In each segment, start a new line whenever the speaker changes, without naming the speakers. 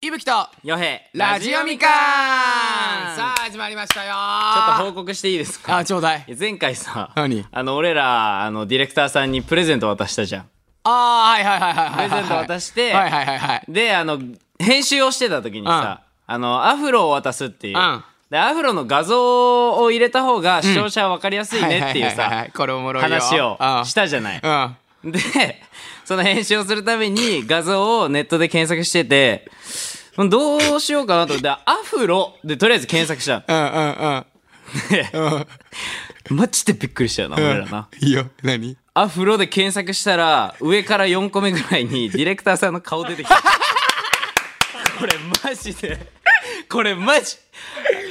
いぶきと
よへ
ラジオみかんさ
さあ
あ始まりましたよ
ちょっと
ち
報告していいですか
あちょうだい
いや前回さ
何
あの俺らあのディレクターさんにプレゼント渡したじゃん
あーはいはいはいはい
プ
はい
レゼント渡して、
はいはいはいはい
であの編集をしてた時にさ、あのアフロを渡すっていう、
うん
でアフロの画像を入れた方が視聴者は分かりやすいねっていう
はははは
さ
これおもろいよ
話を
うん
したじゃない、
うん
でその編集をするために画像をネットで検索しててどうしようかなと思ってアフロでとりあえず検索したの
うんうんうん
でマジでびっくりしたよな、俺らな。
いいよ何
アフロで検索したら、上から4個目ぐらいにディレクターさんの顔出て きた。これマジで。これマジ。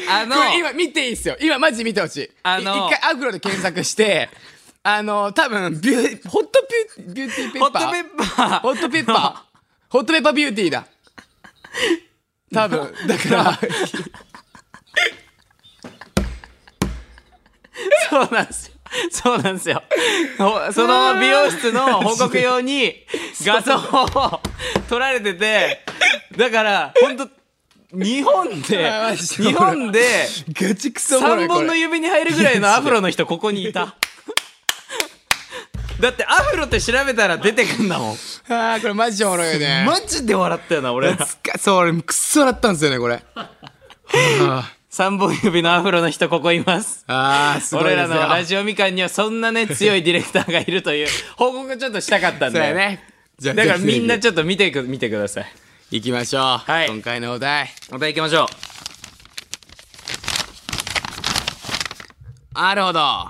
あの
こ、れ今見ていいっすよ今マジ見てほしい
あの
い一回アフロで検索してあの多分ビューホットピュービューティーペ
ホ
ッ
ッ
パー
トペッパー。
ホットペッパー。ホットペッパービューティーだ。多分。だ から、
そうなんですよ。そうなんですよ。ほその美容室の報告用に画像を撮られてて、だから、本当日本 で
あマ、ジで
日本で、
ガチクソおもろ
3
いこれ
本の指に入るぐらいのアフロの人ここに いただってアフロって調べたら出てくんだもん
あーこれマジでおもろいよね。
マジで笑ったよな俺
つかそう、俺、クソだったんですよね、これ。あ
3本指のアフロの人ここいます
あー、すごい
俺
で
ら
す
の
よ。
ラジオみかんにはそんなね強いディレクターがいるという報告ちょっとしたかったん
そう
だ
や
よ
ね。じゃあ
だからみんな
ぜ
ちょっと見てく見てください
ひぜひ行きましょう。
はい
今回のお題。
お題行きましょう
なるほど。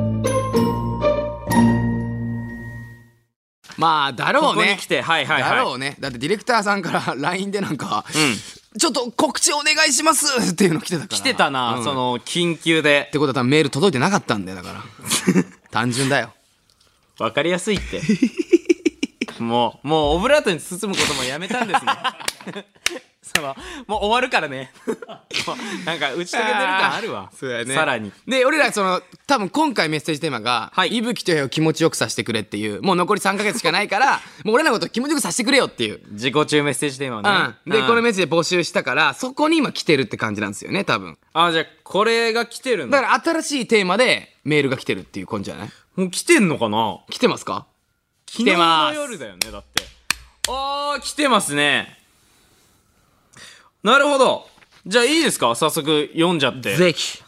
う
まあ、だろ
こ
う
こに
ね
来。てはいはい
だろ
は
うね。だってディレクターさんから LINE でなんか、
う
ちょっと告知お願いしますっていうの来てたから。
い来てたな、
うん
その緊急で
ってことは多分メール届いてなかったんだよだから 単純だよ
わかりやすいって もうもうオブラートに包むこともやめたんですね そのもう終わるからね もうなんか打ち解けてる感ある わさらに
で俺らその多分今回メッセージテーマが「
はい
い、ぶきとへを気持ちよくさせてくれ」っていうもう残り3か月しかないから もう俺らのこと気持ちよくさせてくれよっていう、
自己中メッセージテーマを
う
ね、
ん、でこの
め
メッセージ募集したからそこに今来てるって感じなんですよね多分
あじゃあこれが来てるん
だ
だ
から新しいテーマでメールが来てるっていう感じじゃない
もう来てんのかな
来てますか
来
てます
昨日の夜だよねだってあー来てますねなるほどじゃあいいですか早速読んじゃって
ひ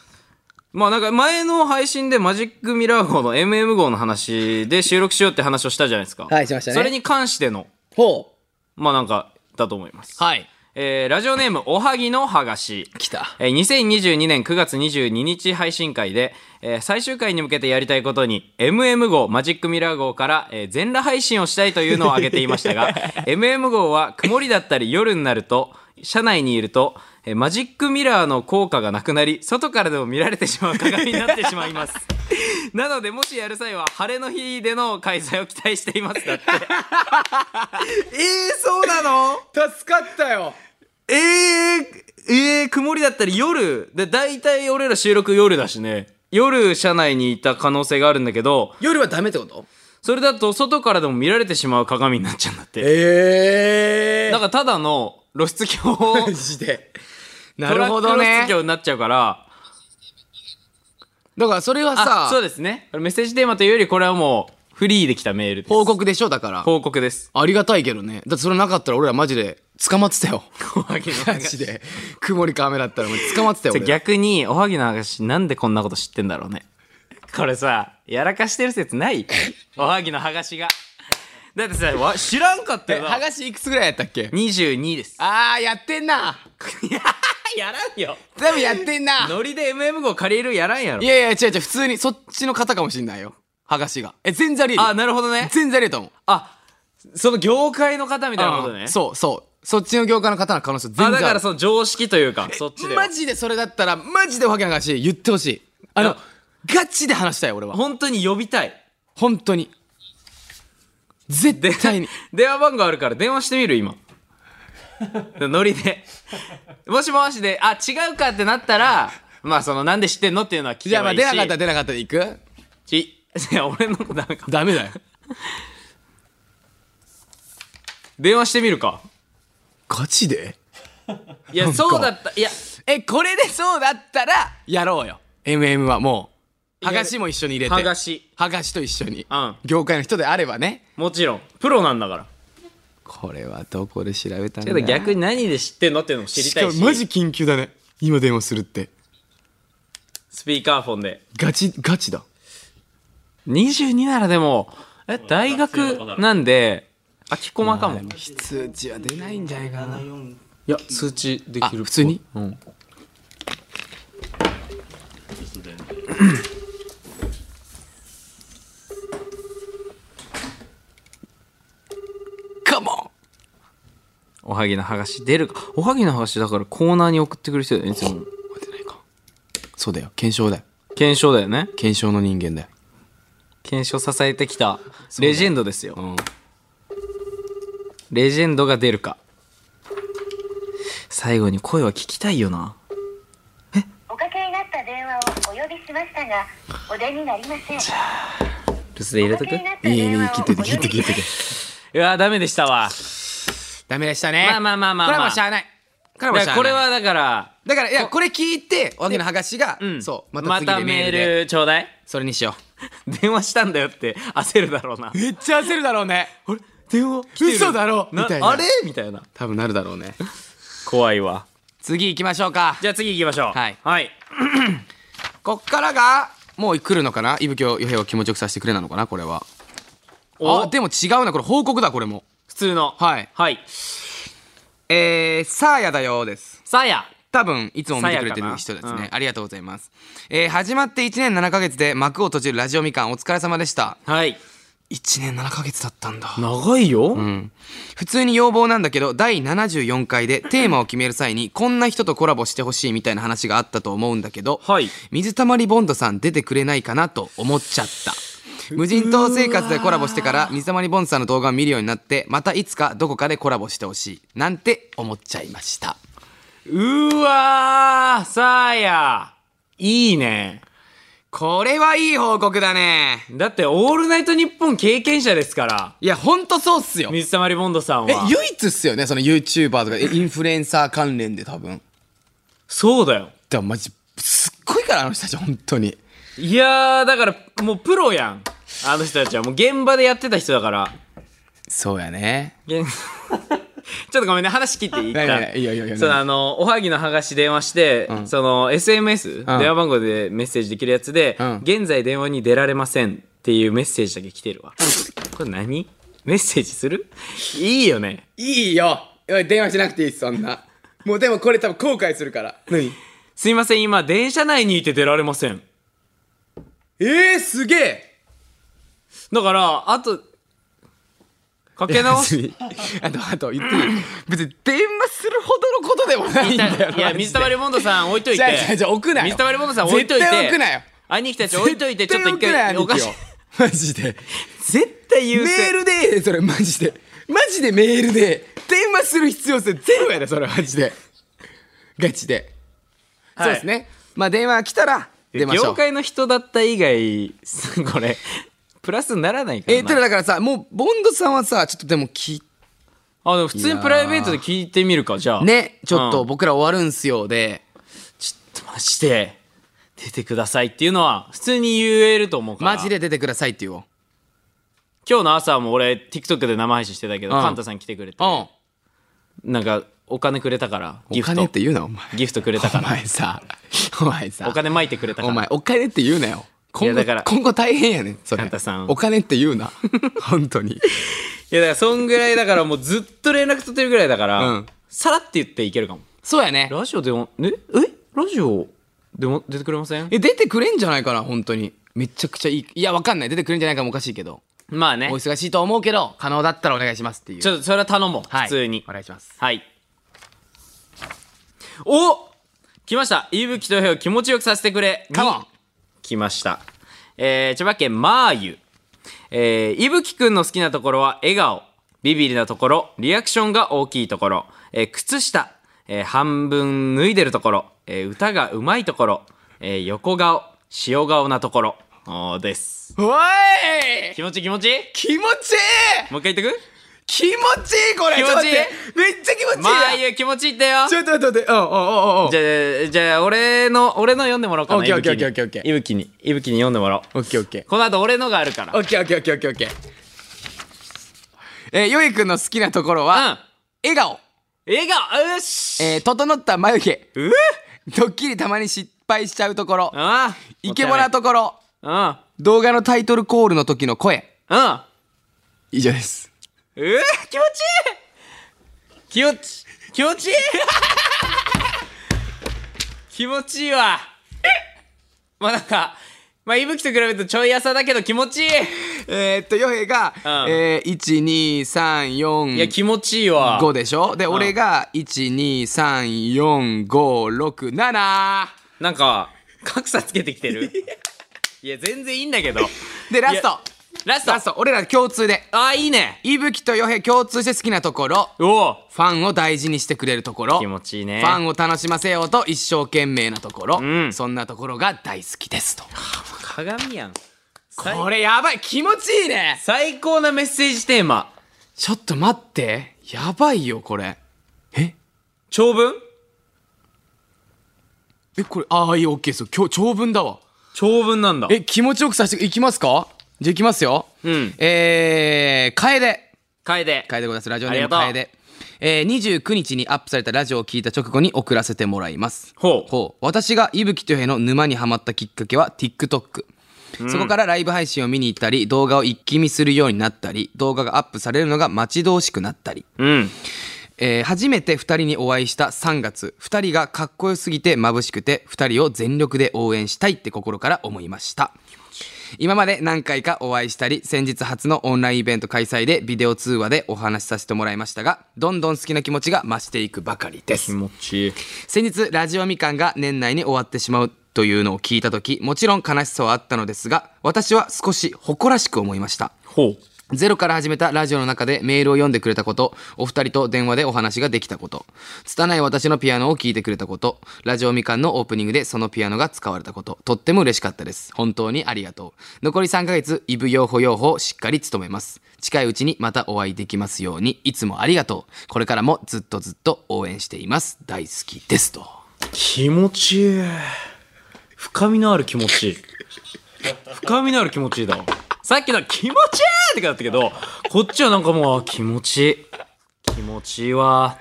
まあなんか前の配信でマジックミラー号の MM 号の話で収録しようって話をしたじゃないですか。
はいしましたね
それに関しての、
ほ
まあなんか、だと思います。
うはい
えー、ラジオネーム、おはぎのはがし。
来た
えー2022年9月22日配信会で、えー最終回に向けてやりたいことに MM 号マジックミラー号から、えー全裸配信をしたいというのを挙げていましたが MM 号は曇りだったり夜になると車内にいると、えーマジックミラーの効果がなくなり外からでも見られてしまう鏡になってしまいますなのでもしやる際は晴れの日での開催を期待していますだってえー、そうなの
助かったよ
えー、えー、曇りだったり夜で大体俺ら収録夜だしね夜車内にいた可能性があるんだけど
夜はダメってこと
それだと外からでも見られてしまう鏡になっちゃうんだって
え
だからただの露出鏡
マジで な
ト
る
ラ
ほ
ック
ど
露出
ね
鏡になっちゃうから
だからそれは
あ
さ
そうですねこれメッセージテーマというよりこれはもうフリーできたメールです
報告でしょだから
報告です
ありがたいけどねだってそれなかったら俺らマジで捕まってた よ
おはぎの
マ
話
ジで曇りか雨だったらもう捕まってたよ俺ら
逆におはぎの話なんでこんなこと知ってんだろうねこれさやらかしてる説ないおはぎのはがしがだってさわ知らんかった
え
よ
は
な
がしいくつぐらいやったっけ
22です
あ ーやってんな
やらんよ
多分やってん な
ノリで MM 号借りるやらんやろ
いやいや違う違う普通にそっちの方かもしんないよはがしがえ全然ありえる
あなるほどね
全然ありえると思う
あその業界の方みたいなこと
う
ね
んそうそうそっちの業界の方の可能性全然あ
あ
る
だからその常識というかそっちでは
マジでそれだったらマジでわけない話言ってほしいあ
い
のガチで話したい俺は
本当に呼びたい
本当に絶対 に
電話番号あるから電話してみる 今ノリでもしもしであ違うかってなったらまあそのなんで知ってんのっていうのは聞
じ
け
ゃあま
ば
あ
いいし
出なかったら出なかったで行く
ちいや俺のことなんか
ダメだよ
電話してみるか
ガチで
いやそうだったいや
えこれでそうだったらやろうよ MM はもう
や
はがしも一緒に入れて
剥がし
はがしと一緒に、
うん
業界の人であればね
もちろんプロなんだから
これはどこで調べたん
け
だ
ど逆に何で知ってんのっていうのも知り
したか
い
も
し
マジ緊急だね今電話するって
スピーカーフォンで
ガチガチだ
22ならでもえ大学なんで空き駒かも
非通知は出ないんじゃないかない
や通知で
あ
きる
普通に
うん
カモン
おはぎの剥がし出るかおはぎの剥がしだからコーナーに送ってくる人だよねいつも
出ないかそうだよ検証だよ
検証だよね
検証の人間だよ
検証支えてきたレジェンドですよ、
ん
レジェンドが出るか最後に声は聞きたいよな
おかけになった電話をお呼びしましたがお出になりません
留守で入れと
おか
く
けになっ
い
た電話を
聞いてて聞いて聞いてて
やーダメでしたわ
ダメでしたね
まあまあまあま
これ
あまあ
はもうしゃあないこれはもう
だ
し
か
ゃあ
ら
な
こ
い
れはだから、
だからいやこれ聞いておはぎのはがしが、
うん、
そうまた次でメール
また
で
メールちょうだい
それにしよ
電話したんだよって焦るだろうな
うめっちゃ焦るだろうね
あれ電話
来てる嘘だろみたいな
あれみたいな
多分なるだろうね
怖いわ
次行きましょうか
じゃあ次行きましょう
はい
はい、
こっからがもう来るのかな伊吹を与平を気持ちよくさせてくれなのかなこれは
お
あでも違うなこれ報告だこれも
普通の
はい
はい
えー、さあやだよです
さあや
多分いつも見てくれて
さやか
る
な
人ですね、
うん
ありがとうございます、えー、始まって1年7ヶ月で幕を閉じるラジオみかんお疲れ様でした
はい
1年7ヶ月だったんだ
長いよ、
うん普通に要望なんだけど第74回でテーマを決める際にこんな人とコラボしてほしいみたいな話があったと思うんだけ ど、
はい
水溜りボンドさん出てくれないかなと思っちゃった無人島生活でコラボしてから水溜りボンドさんの動画を見るようになってまたいつかどこかでコラボしてほしいなんて思っちゃいました
うーわーさあやいいね
これはいい報告だね
だって「オールナイトニッポン」経験者ですから
いやほんとそうっすよ
水溜りボンドさん
え
は
唯一っすよねその YouTuber とかえインフルエンサー関連で多分
そうだよ
でもマジすっごいからあの人たち本当に
いやーだからもうプロやんあの人たちはもう現場でやってた人だから
そうやね
現 ちょっとごめんね話切っていい
ないない
か
ないいいよいいよいいよ
そのあのおはぎの剥がし電話して、その SMS、電話番号でメッセージできるやつで、
うん
現在電話に出られませんっていうメッセージだけ来てるわこれ何メッセージするいいよね
いいよおい電話しなくていいっすそんなもうでもこれ多分後悔するから何
すいません今電車内にいて出られません
えー、すげえ
だからあとかけ直し
別に あとあと言っていい別に電話するほどのことでもないんだよ
いや水溜りボンドさん置いといて
じゃじゃじゃ置くなよ
水溜りボンドさん置いといて
絶対置くなよ
兄貴たち置いといてちょっと一回お
お
か
か
し
し
い
いマジ で
絶対優
メールでええでそれマジでマジでメールでええ電話する必要性ゼロやでそれマジでガチで、
はい
そうですねまあ電話来たら出ましょう
業界の人だった以外これプラスにならないかな、
えー、ただだからさもうボンドさんはさちょっとでも聞い
あでも普通にプライベートで聞いてみるかじゃあ
ねちょっ
う
と
ん
僕ら終わるんすよで、
ちょっとマジで出てくださいっていうのは普通に言えると思うから
マジで出てくださいって言おう
今日の朝も俺 TikTok で生配信してたけど、
うん
カンタさん来てくれて、
うん
なんかお金くれたから
お
ギフト
金って言うなお前
ギフトくれた
お
から
前さお前 さ
お金撒いてくれたか
お
ら
前お金って言うなよ
いや
今後
だから
今後大変やねんそれ
カンタさん
お金って言うな 本当に
いやだからそんぐらいだからもうずっと連絡取ってるぐらいだから、
うん
さらって言っていけるかも
そうやね
ラジオでもええラジオでも出てくれません
え出てくれんじゃないかな本当にめちゃくちゃいいいやわかんない出てくれんじゃないかもおかしいけど
まあね
お忙しいと思うけど可能だったらお願いしますっていう
ちょっとそれは頼もう、
はい
普通に
お願いします
はいお来ました伊吹とへを気持ちよくさせてくれ
カモン
に来ました、えー、千葉県まーゆえー、いぶきくんの好きなところは笑顔ビビりなところリアクションが大きいところ、えー靴下、えー半分脱いでるところ、えー歌がうまいところ、えー横顔塩顔なところおーです
おい
気持ちいい気持ちいい
気持ちいい
もう一回言ってく
気持ちいいこれ
気持
ちょっ
ちいい
と待ってめっちゃ気持ちいいな
まあいや気持ちいいってよ
ちょっと待って待ってうんうんうんうん
じゃあじゃあ俺の俺の読んでもらおうか
オ
な
ッケーオッケー
いぶき
オッ
に
ケーオッケー
いぶきにいぶきに読んでもらおう
オッケーオッケー
この後俺のがあるから
オッケーオッケーオッケーオッケーオッケーえー、よいくんの好きなところは、笑顔、
うん笑顔よし
えー、整った眉毛、
うう
ドッキリたまに失敗しちゃうところ、
ああ
イケボなところ、
うん
動画のタイトルコールの時の声。
うん
以上です。
うわ気持ちいい気持ち気持ちいい気持ちいいわまあなんかまあいぶきと比べるとちょい朝だけど気持ちいい
えー、っと、ヨヘが、
うん
えー、1、2、3、
いや
4、
気持ちいいわ
5でしょで、俺が、1、2、3、4、5、6、7。
なんか格差つけてきてるいや全然いいんだけど
で、ラスト。
ラスト
ラスト、俺ら共通で。
あーいいね
いぶきとヨヘ共通して好きなところ、
おお
ファンを大事にしてくれるところ、
気持ちいいね
ファンを楽しませようと一生懸命なところ、
うん
そんなところが大好きですと。
鏡やん最
これやばい気持ちいいね
最高なメッセージテーマ
ちょっと待って。やばいよ、これ。え
長文
え、これ、ああ、いい、オッケーですよ。今日、長文だわ。
長文なんだ
え、気持ちよくさせて、いきますかじゃあいきますよ。
うん
えー、楓。
楓
楓でございます。ラジオネーム
ありがとう
楓。えー、29日にアップされたラジオを聞いた直後に送らせてもらいます。
ほう
ほう。私が伊吹とへの沼にはまったきっかけは TikTok。そこからライブ配信を見に行ったり、動画を一気見するようになったり、動画がアップされるのが待ち遠しくなったり。
うん
えー初めて2人にお会いした3月2人がかっこよすぎて眩しくて2人を全力で応援したいって心から思いました今まで何回かお会いしたり先日初のオンラインイベント開催でビデオ通話でお話しさせてもらいましたがどんどん好きな気持ちが増していくばかりです
気持ちいい
先日ラジオみかんが年内に終わってしまうというのを聞いた時もちろん悲しさはあったのですが私は少し誇らしく思いました
ほう
ゼロから始めたラジオの中でメールを読んでくれたこと、お二人と電話でお話ができたこと、拙い私のピアノを聴いてくれたこと、ラジオみかんのオープニングでそのピアノが使われたこと、とっても嬉しかったです。本当にありがとう。残り3ヶ月、イブ用保養法をしっかり務めます。近いうちにまたお会いできますように、いつもありがとう。これからもずっとずっと応援しています。大好きです。と。
気持ちいい深みのある気持ちいい深みのある気持ちいいだわさっきの気持ちいいってかだったけどこっちはなんかもうあ気持ちいい気持ちいいわ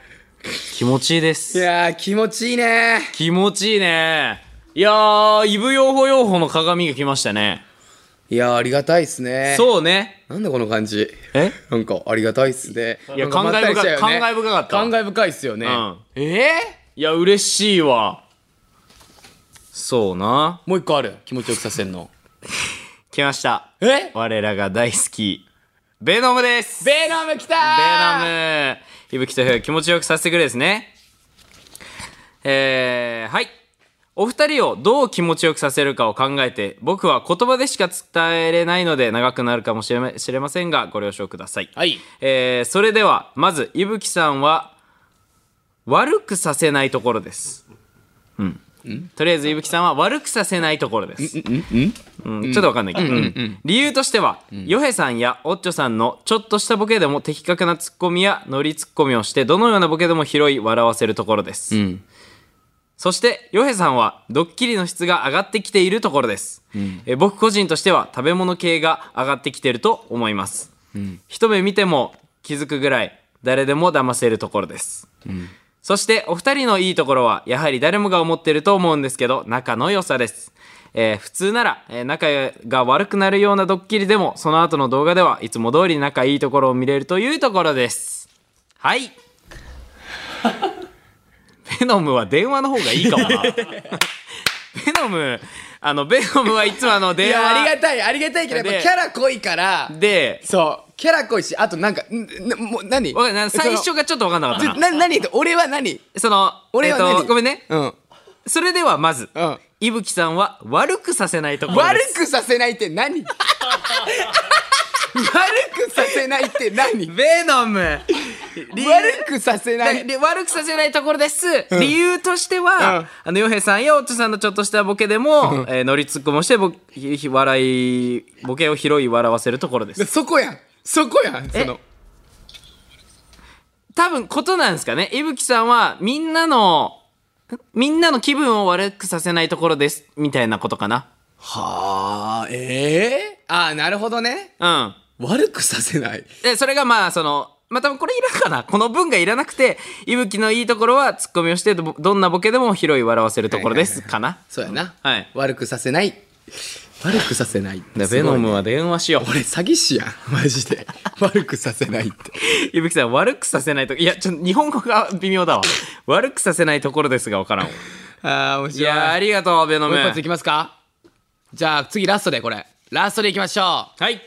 気持ちいいです
やー、気持ちいいね
気持ちいいねいやーイブ用法用法の鏡が来ましたね
いやー、ありがたいっすねう。
そうね
なんだこの感じ。
え
なんかありがたいっすね。
いや
なんまったりしちゃうよね
感慨深かった
感慨深いっすよね。
うん
え
いや嬉しいわそうな
ーもう一個ある。気持ちよくさせ んの。
来ました
え？
我らが大好きベノムです
ベナム来た
ベ
ム。
ーナムいぶきとひょう気持ちよくさせてくれですね。えー、はい。お二人をどう気持ちよくさせるかを考えて、僕は言葉でしか伝えれないので長くなるかもしれま知れませんが、ご了承ください。
はい。
えー、それでは、まず、いぶきさんは、悪くさせないところです。うん。とりあえず、いぶきさんは悪くさせないところです。うん、ちょっとわかんないけど、うん理由としては、ヨヘさんやオッチョさんのちょっとしたボケでも的確なツッコミやノリツッコミをしてどのようなボケでも拾い笑わせるところです、
ん
そしてヨヘさんはドッキリの質が上がってきているところです、え僕個人としては食べ物系が上がってきてると思います、一目見ても気づくぐらい誰でも騙せるところです、そしてお二人のいいところはやはり誰もが思ってると思うんですけど仲の良さです、えー普通なら、えー仲が悪くなるようなドッキリでもその後の動画ではいつも通り仲いいところを見れるというところですはい ベノムは電話の方がいいかもなベノムあの、ベホムはいつもあの、
い
電
や、あり
話
がたい、ありがたいけど、やっ
で
ぱキャラ濃いから、
で、
そう、キャラ濃いし、あとなんか、んなもう何
わかんない最初がちょっと分かんなかっ
そ
た
の
な。
な、何言って俺は何
その、
俺は
えっ
何、
と、ごめんね。
うん。
それではまず
うん、
いぶきさんは悪くさせないところで
悪
す。
くさせないっ て何悪くさせないって何悪
ベノ ム理由
くさせない。
で悪くさせないところです、理由としては、
うん
あの洋平さんや夫さんのちょっとしたボケでも、えー乗りツッコミをしてボひひ笑いボケを拾い笑わせるところです
そこやん。そこやん。その、
多分ことなんですかねいぶきさんはみんなのみんなの気分を悪くさせないところですみたいなことかな
はあ、ええああ、なるほどね。
うん
悪くさせない。
でそれがまあそのまあ多分これいらんかなこの文がいらなくていぶきのいいところはツッコミをしてどどんなボケでも拾い笑わせるところですかな
そうやな。
はい
悪くさせない。悪くさせない。
だからベノム
は。
は電話しよう
俺詐欺師やん。 マジで。悪くさせないって。
ゆぶきさん悪くさせないといやちょっと日本語が微妙だわ悪くさせないところですが分からんわ
ああ、面白
いやーありがとうベノ
も
ム
う一発いきますかじゃあ次ラストでこれ。ラストでいきましょ
はい
う。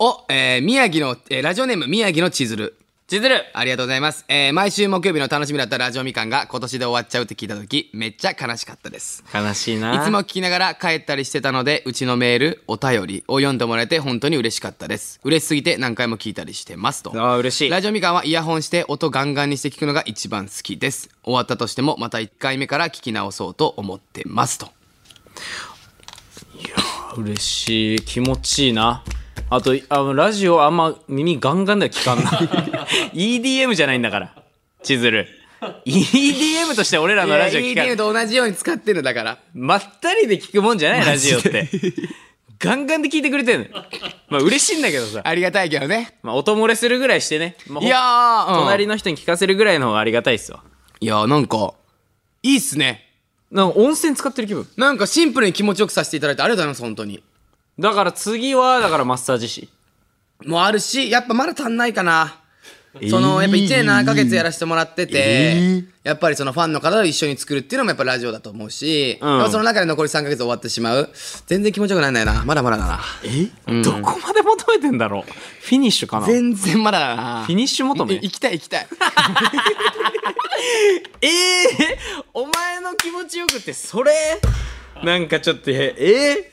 お、えー、宮城の、えーラジオネーム宮城の千鶴。
ちずる
ありがとうございます。えー毎週木曜日の楽しみだったラジオみかんが今年で終わっちゃうって聞いた時めっちゃ悲しかったです。
悲しいない
つも聞きながら帰ったりしてたので、うちのメール、お便りを読んでもらえて本当に嬉しかったです。嬉しすぎて何回も聞いたりしてますと。
あー嬉しい
ラジオみかんはイヤホンして音ガンガンにして聞くのが一番好きです。終わったとしてもまた1回目から聞き直そうと思ってますと。
嬉しい気持ちいいなあとあのラジオあんま耳ガンガンでは聞かんな EDM じゃないんだからちずる EDM として俺らのラジオ聞か
EDM
ん
と同じように使ってるんだから。
まったりで聞くもんじゃないラジオ ってガンガンで聞いてくれてるのまあ嬉しいんだけどさ
ありがたいけどね。
まあ音漏れするぐらいしてね、まあ
いやー、うん
隣の人に聞かせるぐらいの方がありがたいっすわ
いやーなんか、いいっすね。
なんか温泉使ってる気分
なんかシンプルに気持ちよくさせていただいてありがとうございます、本当に。
だから次はだからマッサージ師
もうあるし、やっぱまだ足んないかな。
ー
その、やっぱ1年7ヶ月やらせてもらってて、やっぱりそのファンの方と一緒に作るっていうのもやっぱラジオだと思うし、
うん
やっぱその中で残り3ヶ月終わってしまう。全然気持ちよくなんないな。まだまだだな。
え、どこまで求めてんだろうフィニッシュかなフ
全然まだだな。
ィニッシュ求め
い 行きたい行きたい。
ええお前の気持ちよくってそれなんかちょっとえ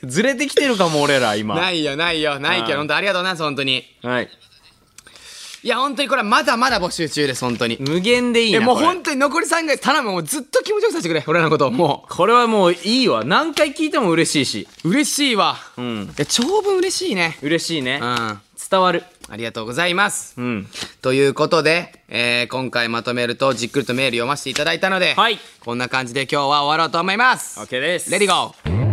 えずれてきてるかも俺ら今
ないよないよ、ないけ
うん
ど、本当ありがとうな、本当に。
はい
いや、本当にこれはまだまだ募集中です、本当に。
無限でいい
え
な
もう
これ
本当に残り3ヶ月頼むもうずっと気持ちよくさせてくれ俺らのことをも
これはもういいわ何回聞いても嬉しいし
う嬉しいわ、
う
い
ん
や長文嬉しいね
嬉しいね
うんあ
伝わる
りがとうございます
うん
ということで、えー今回まとめるとじっくりとメール読ませていただいたので、
はい
こんな感じで今日は終わろうと思います、
OK です
レディゴー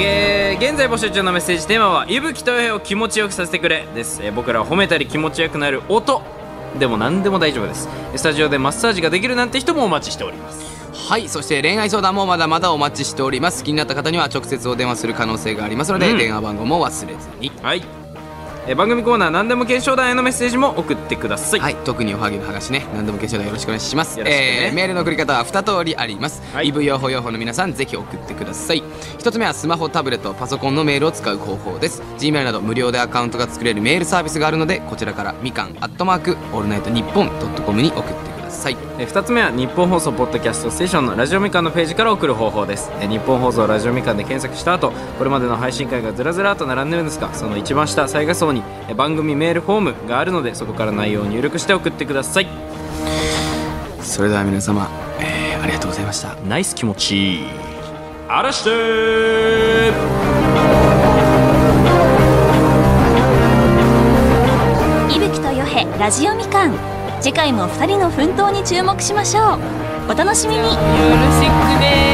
えー現在募集中のメッセージテーマは「いぶきとよへを気持ちよくさせてくれ」です、えー僕らを褒めたり気持ちよくなる音でも何でも大丈夫ですスタジオでマッサージができるなんて人もお待ちしております
はいそして恋愛相談もまだまだお待ちしております気になった方には直接お電話する可能性がありますので、
うん
電話番号も忘れずに
はい、えー番組コーナー何でも検証団へのメッセージも送ってください、
はい、特におはぎのはがしね何でも決勝でよろしくお願いします
よろしくね
えーメールの送り方は2通りあります、
はい
イブ用法用法の皆さんぜひ送ってください1つ目はスマホタブレットパソコンのメールを使う方法です Gmail など無料でアカウントが作れるメールサービスがあるのでこちらからみかんアットマークオールナイトニッポンドットコムに送ってください
え2つ目は日本放送ポッドキャストステーションのラジオみかんのページから送る方法ですえー日本放送ラジオみかんで検索した後これまでの配信会がずらずらっと並んでるんですがその一番下最下層にえー番組メールフォームがあるのでそこから内容を入力して送ってください
それでは皆様、えーありがとうございました
ナイス気持ちいい嵐で
伊吹とよへラジオみかん次回も2人の奮闘に注目しましょうお楽しみに
よろしくね